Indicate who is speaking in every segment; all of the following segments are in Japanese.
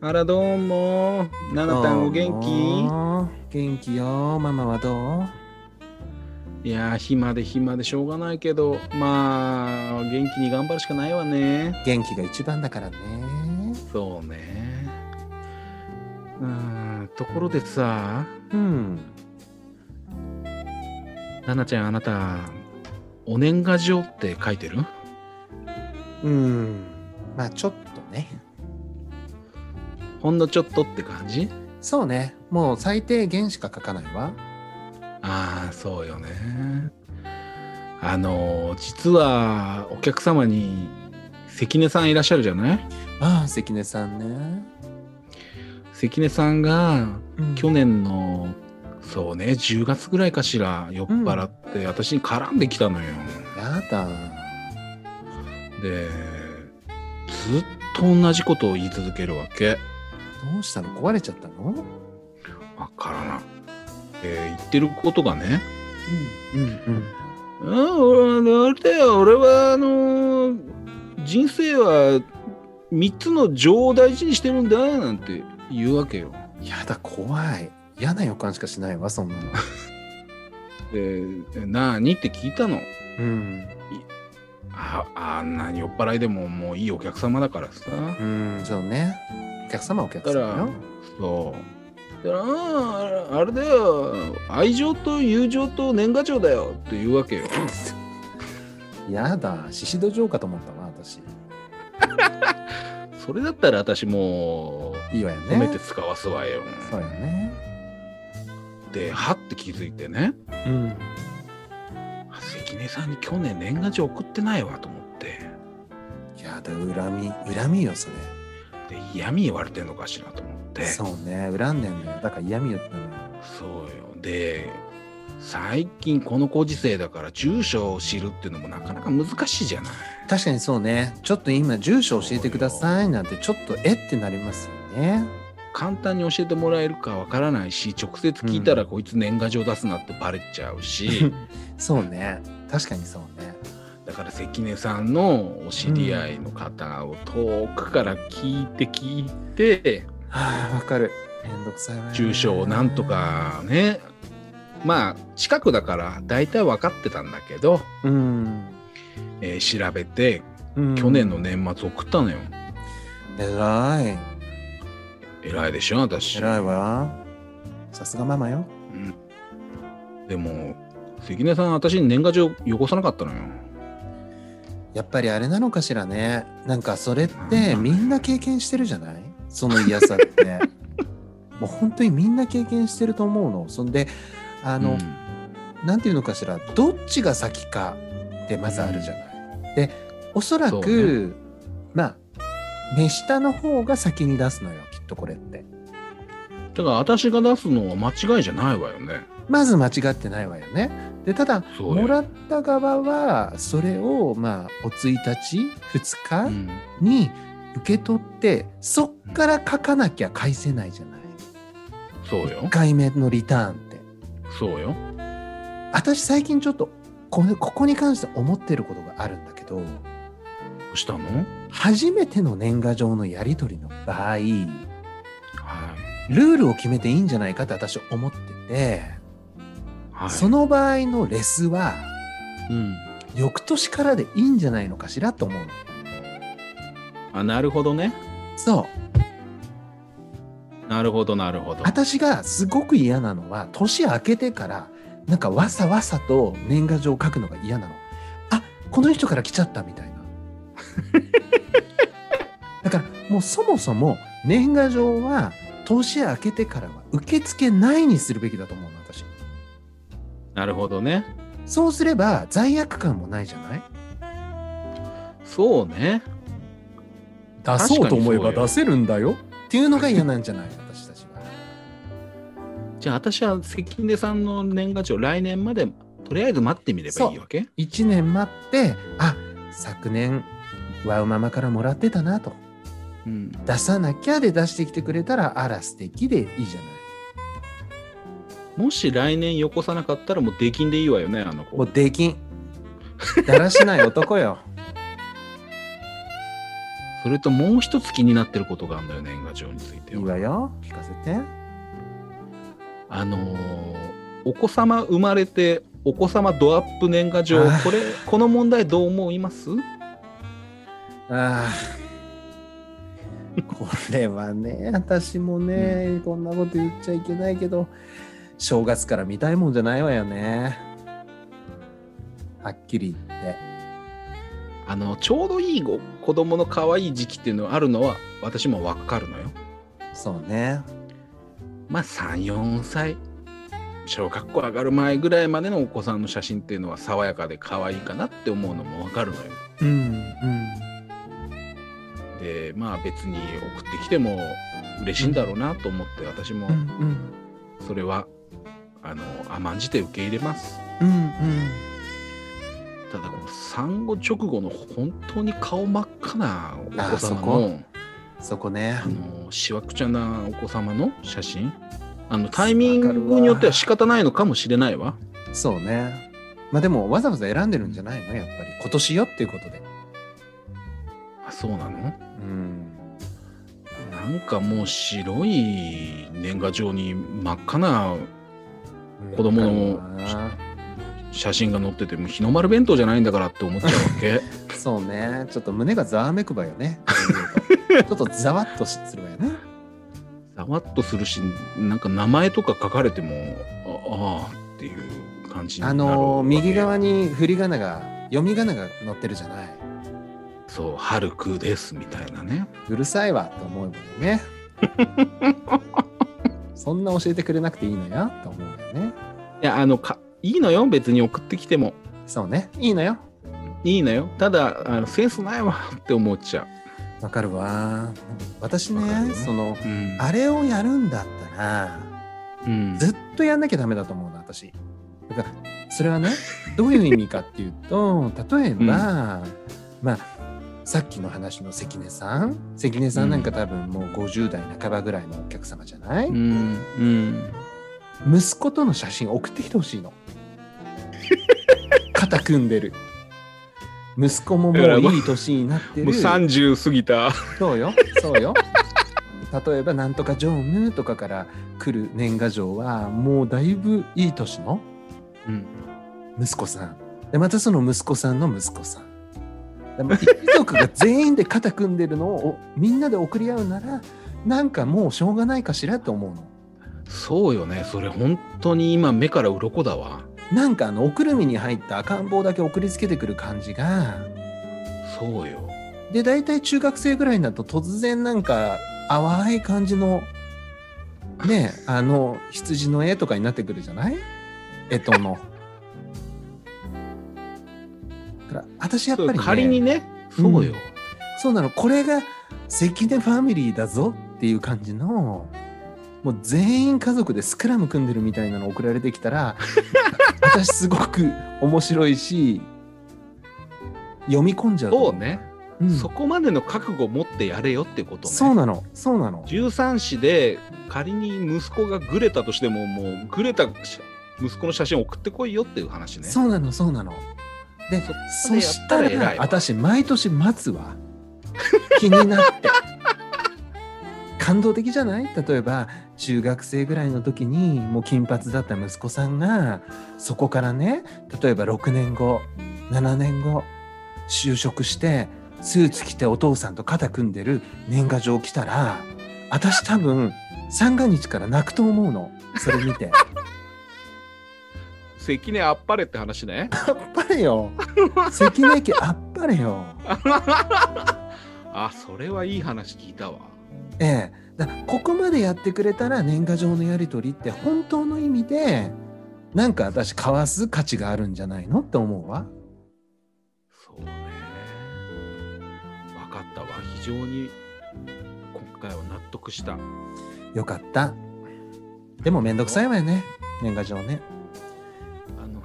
Speaker 1: あらどうもななたんお元気
Speaker 2: 気元気よ。ママはど
Speaker 1: いやー暇で暇でしょうがないけどまあ元気に頑張るしかないわね
Speaker 2: う元気が一番だからね。
Speaker 1: そうねうーんところでさ
Speaker 2: うん。
Speaker 1: ななちゃんあなたお年賀状って書いてる
Speaker 2: うん。まあちょっとね。
Speaker 1: ほんのちょっとって感じ
Speaker 2: そうね。もう最低限しか書かないわ。
Speaker 1: ああそうよねあの実はお客様に関根さんいらっしゃるじゃない
Speaker 2: ああ、関根さんね。
Speaker 1: 関根さんが
Speaker 2: うん
Speaker 1: 去年のそうね10月ぐらいかしら酔っ払って私に絡んできたのよ、
Speaker 2: やだ。
Speaker 1: でずっと同じことを言い続けるわけ
Speaker 2: どうしたの壊れちゃったのうん
Speaker 1: わからない、えー言ってることがね「
Speaker 2: うん
Speaker 1: うん俺あれだよ俺はあのー人生は3つの情を大事にしてるんだ」なんて言うわけよ。
Speaker 2: うん。やだ、怖い。嫌な予感しかしないわ、そんなの。
Speaker 1: で「なあに?」って聞いたの。
Speaker 2: うん。
Speaker 1: ああんなに酔っ払いでももういいお客様だからさ。
Speaker 2: うん、そうね。お客様はお客
Speaker 1: だ
Speaker 2: 様
Speaker 1: から。、
Speaker 2: よ
Speaker 1: そう。だから、あーあれだよ、愛情と友情と年賀状だよって言うわけよ。
Speaker 2: やだ、シシドジョーかと思ったわ、私。
Speaker 1: それだったら私も
Speaker 2: いいわよ
Speaker 1: う
Speaker 2: ね。
Speaker 1: 褒めて使わすわよ。
Speaker 2: そうよね。
Speaker 1: で、はって気づいてね、
Speaker 2: うん。
Speaker 1: あ関根さんに去年年賀状送ってないわと思って、
Speaker 2: やだ、恨み、恨みよ、それ。
Speaker 1: で嫌味言われてんのかしらと思って、そう
Speaker 2: そうね、恨んでんのよ。だから嫌みよったの
Speaker 1: よ。
Speaker 2: よ。
Speaker 1: で、最近このご時世だから住所を知るっていうのもなかなか難しいじゃない。
Speaker 2: 確かにそうね、ちょっと今、住所教えてくださいなんて、ちょっとえってなりますよね。
Speaker 1: 簡単に教えてもらえるかわからないし直接聞いたらこいつ年賀状出すなってバレちゃうし、
Speaker 2: そうね、確かにそうね。
Speaker 1: だから関根さんのお知り合いの方を遠くから聞いて聞いて、
Speaker 2: はあ、わかる。めんどくさいわよね
Speaker 1: 住所をなんと。かねまあ近くだから大体分かってたんだけど、
Speaker 2: うん。
Speaker 1: えー調べて
Speaker 2: うん
Speaker 1: 去年の。年末送ったのよ。
Speaker 2: えらい。
Speaker 1: 偉いでしょ私。
Speaker 2: えらいわ。さすがママよ。
Speaker 1: うんでも関根さん私に年賀状よこさなかったのよ。
Speaker 2: やっぱりあれなのかしらねなんかそれっ
Speaker 1: う
Speaker 2: て
Speaker 1: ん
Speaker 2: みんな経験してるじゃないその嫌さって もう本当にみんな経験してると思うのそんであ
Speaker 1: あ
Speaker 2: の、なんていうのかしらどっちが先かってまずあるじゃない、でおそら
Speaker 1: そう
Speaker 2: く、まあ目下の方が先に出すのよきっとこれって
Speaker 1: だから私が出すのは間違いじゃないわよね。
Speaker 2: まず間違ってないわよねでただ
Speaker 1: そうよ
Speaker 2: もらった側はそれをまあお1日2日、
Speaker 1: うん
Speaker 2: に受け取ってそっから書かなきゃ返せないじゃない
Speaker 1: そうよ
Speaker 2: 1。回目のリターンって
Speaker 1: そうよ。
Speaker 2: 私最近ちょっとこれここに関して思ってることがあるんだけど
Speaker 1: どうしたの
Speaker 2: 初めての年賀状のやり取りの場合
Speaker 1: は
Speaker 2: ルールを決めていいんじゃないかって私思ってて、
Speaker 1: い。はい。
Speaker 2: その場合のレスは
Speaker 1: うん。
Speaker 2: 翌年からでいいんじゃないのかしらと思うの
Speaker 1: あ、なるほどね。
Speaker 2: そう
Speaker 1: なるほど、なるほど。
Speaker 2: 私がすごく嫌なのは年明けてからなんかわさわさと年賀状を書くのが嫌なのあこの人から来ちゃったみたいな だからもうそもそも年賀状は年明けてからは受付ないにするべきだと思うの私
Speaker 1: なるほどね。
Speaker 2: そうすれば罪悪感もないじゃない
Speaker 1: そうね。
Speaker 2: 出
Speaker 1: そうと思えば出
Speaker 2: せるんだよっていうのが嫌なんじゃない私たちは
Speaker 1: じゃあ私は関根さんの年賀状、来年までとりあえず待ってみればいいわけ
Speaker 2: 1年待ってあ昨年ワウママからもらってたなと
Speaker 1: うん。
Speaker 2: 出さなきゃで出してきてくれたらあら素敵でいいじゃない
Speaker 1: もし来年よこさなかったらもう出禁でいいわよね、あの
Speaker 2: も
Speaker 1: 子
Speaker 2: う。できんだらしない男よ
Speaker 1: それともう一つ気になってることがあるんだよ年賀状につい
Speaker 2: い
Speaker 1: て
Speaker 2: い
Speaker 1: は。
Speaker 2: わよ聞かせて
Speaker 1: あのーお子様生まれてお子様ドアップ年賀状
Speaker 2: あー
Speaker 1: これこの問題どう思います
Speaker 2: ああこれは ね私もね、こんなこと言っちゃいけないけど正月から見たいもんじゃないわよねはっきり言って
Speaker 1: あのちょうどいいご子供の可愛い時期っていうのはあるのは私もわかるのよ。
Speaker 2: そうね
Speaker 1: まあ34歳小学校上がる前ぐらいまでのお子さんの写真っていうのは爽やかで可愛いかなって思うのもわかるのよ。
Speaker 2: うん
Speaker 1: でまあ別に送ってきても嬉しいんだろうなと思って私も
Speaker 2: うんうんうん
Speaker 1: それはあの甘んじて受け入れます。
Speaker 2: うん
Speaker 1: ただこの産後直後の本当に顔真っ赤なお
Speaker 2: あ
Speaker 1: 子
Speaker 2: そ
Speaker 1: 様
Speaker 2: こ
Speaker 1: の
Speaker 2: そこね
Speaker 1: あのしわくちゃなお子様の写真あのタイミングによっては仕方ないのかもしれないわ
Speaker 2: そうねまあでもわざわざ選んでるんじゃないのやっぱり今年よっていうことで
Speaker 1: あそうなの
Speaker 2: うん
Speaker 1: なんかもう白い年賀状に真っ赤な子供の
Speaker 2: わかるわ
Speaker 1: 写真が載っててもう日の丸弁当じゃないんだからって思っちゃうわけ
Speaker 2: そうね、ちょっと胸がざわめくわよ ね。ちょっとざわっとするわよね。
Speaker 1: ざわっとするしなんか名前とか書かれてもああーっていう感じにな
Speaker 2: あ
Speaker 1: るわけ
Speaker 2: のー右側に振り仮名が、読み仮名が載ってるじゃない。
Speaker 1: そう「春くです」みたいなね
Speaker 2: うるさいわと思うわよね。 そんな教えてくれなくていいのよと思うわよね。
Speaker 1: いやあのかいいのよ別に送ってきても
Speaker 2: そうね、いいのよ。
Speaker 1: いいのよただあのセンスないわって思っちゃう、
Speaker 2: わかるわ。私
Speaker 1: わかる
Speaker 2: ね、
Speaker 1: よ
Speaker 2: その、
Speaker 1: うん
Speaker 2: あれをやるんだったら、
Speaker 1: うん
Speaker 2: ずっとやんなきゃダメだと思うの、私。だから、そ れはね、どういう意味かっていうと、例えば、
Speaker 1: うん
Speaker 2: まあ、さっきの話の関根さん、関根さんなんか多分もう50代半ばぐらいのお客様じゃない、
Speaker 1: うんうん
Speaker 2: 息子との写真送ってきてほし いの。肩組んでる。息子ももういい年になって
Speaker 1: もう
Speaker 2: る。
Speaker 1: 30過ぎた
Speaker 2: そうよ、そうよ。例えば、なんとか常務とかから来る年賀状は、もうだいぶいい年の
Speaker 1: うん
Speaker 2: 息子さんでまたその息子さんの息子さんでも一族が全員で肩組んでるのをみんなで送り合うならなんかもうしょうがないかしらと思うの
Speaker 1: そうよねそれ本当に今目から鱗だわ
Speaker 2: なんかあのおくるみに入った赤ん坊だけ送りつけてくる感じが
Speaker 1: そうよ
Speaker 2: で大体中学生ぐらいになると突然なんか淡い感じのねえあの羊の絵とかになってくるじ ゃない絵との。だから私やっぱり、ね、
Speaker 1: そう仮にねそうよ、
Speaker 2: そうなの、これが関根ファミリーだぞっていう感じの、もう全員家族でスクラム組んでるみたいなの送られてきた ら、私すごく面白いし、読み込んじゃうと思。
Speaker 1: そうね、
Speaker 2: うん
Speaker 1: そこまでの覚悟を持ってやれよってことね
Speaker 2: そうなの、そうなの。
Speaker 1: 13子で仮に息子がグレたとしてももうグレたし息子の写真送ってこいよっていう話ね
Speaker 2: そうなの、そうなの。で、
Speaker 1: そこ
Speaker 2: そ
Speaker 1: でやっ
Speaker 2: したた
Speaker 1: ら
Speaker 2: ら
Speaker 1: 偉いわ
Speaker 2: 私、毎年待つわ。 気になって。感動的じゃない例えば中学生ぐらいの時にもう金髪だった息子さんがそこからね例えば6年後7年後就職してスーツ着てお父さんと肩組んでる年賀状来たら私多分三が日から泣くと思うのそれ見て。
Speaker 1: 関根あっぱれって話ね
Speaker 2: あっぱれ よ関根家あっぱれよ
Speaker 1: あそれはいい話聞いたわ
Speaker 2: ええだここまでやってくれたら年賀状のやり取りって本当の意味でなんか私交わす価値があるんじゃないのって思うわ
Speaker 1: そうね分かったわ非常に今回は納得した
Speaker 2: よかったでもめんどくさいわよね年賀状ね
Speaker 1: あの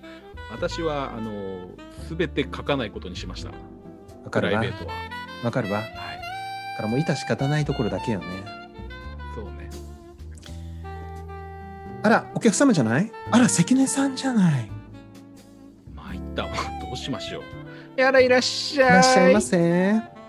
Speaker 1: 私はあの全て書かないことにしました
Speaker 2: わ
Speaker 1: プ
Speaker 2: か
Speaker 1: ラ
Speaker 2: る
Speaker 1: イ
Speaker 2: わ
Speaker 1: ベートは
Speaker 2: わかるわだ
Speaker 1: はい
Speaker 2: からもういた仕方ないところだけよね
Speaker 1: そうね
Speaker 2: あらお客様じゃないあら関根さんじゃない
Speaker 1: 参ったわどうしましょうやらいらっし
Speaker 2: い
Speaker 1: ゃい
Speaker 2: らっしゃいませ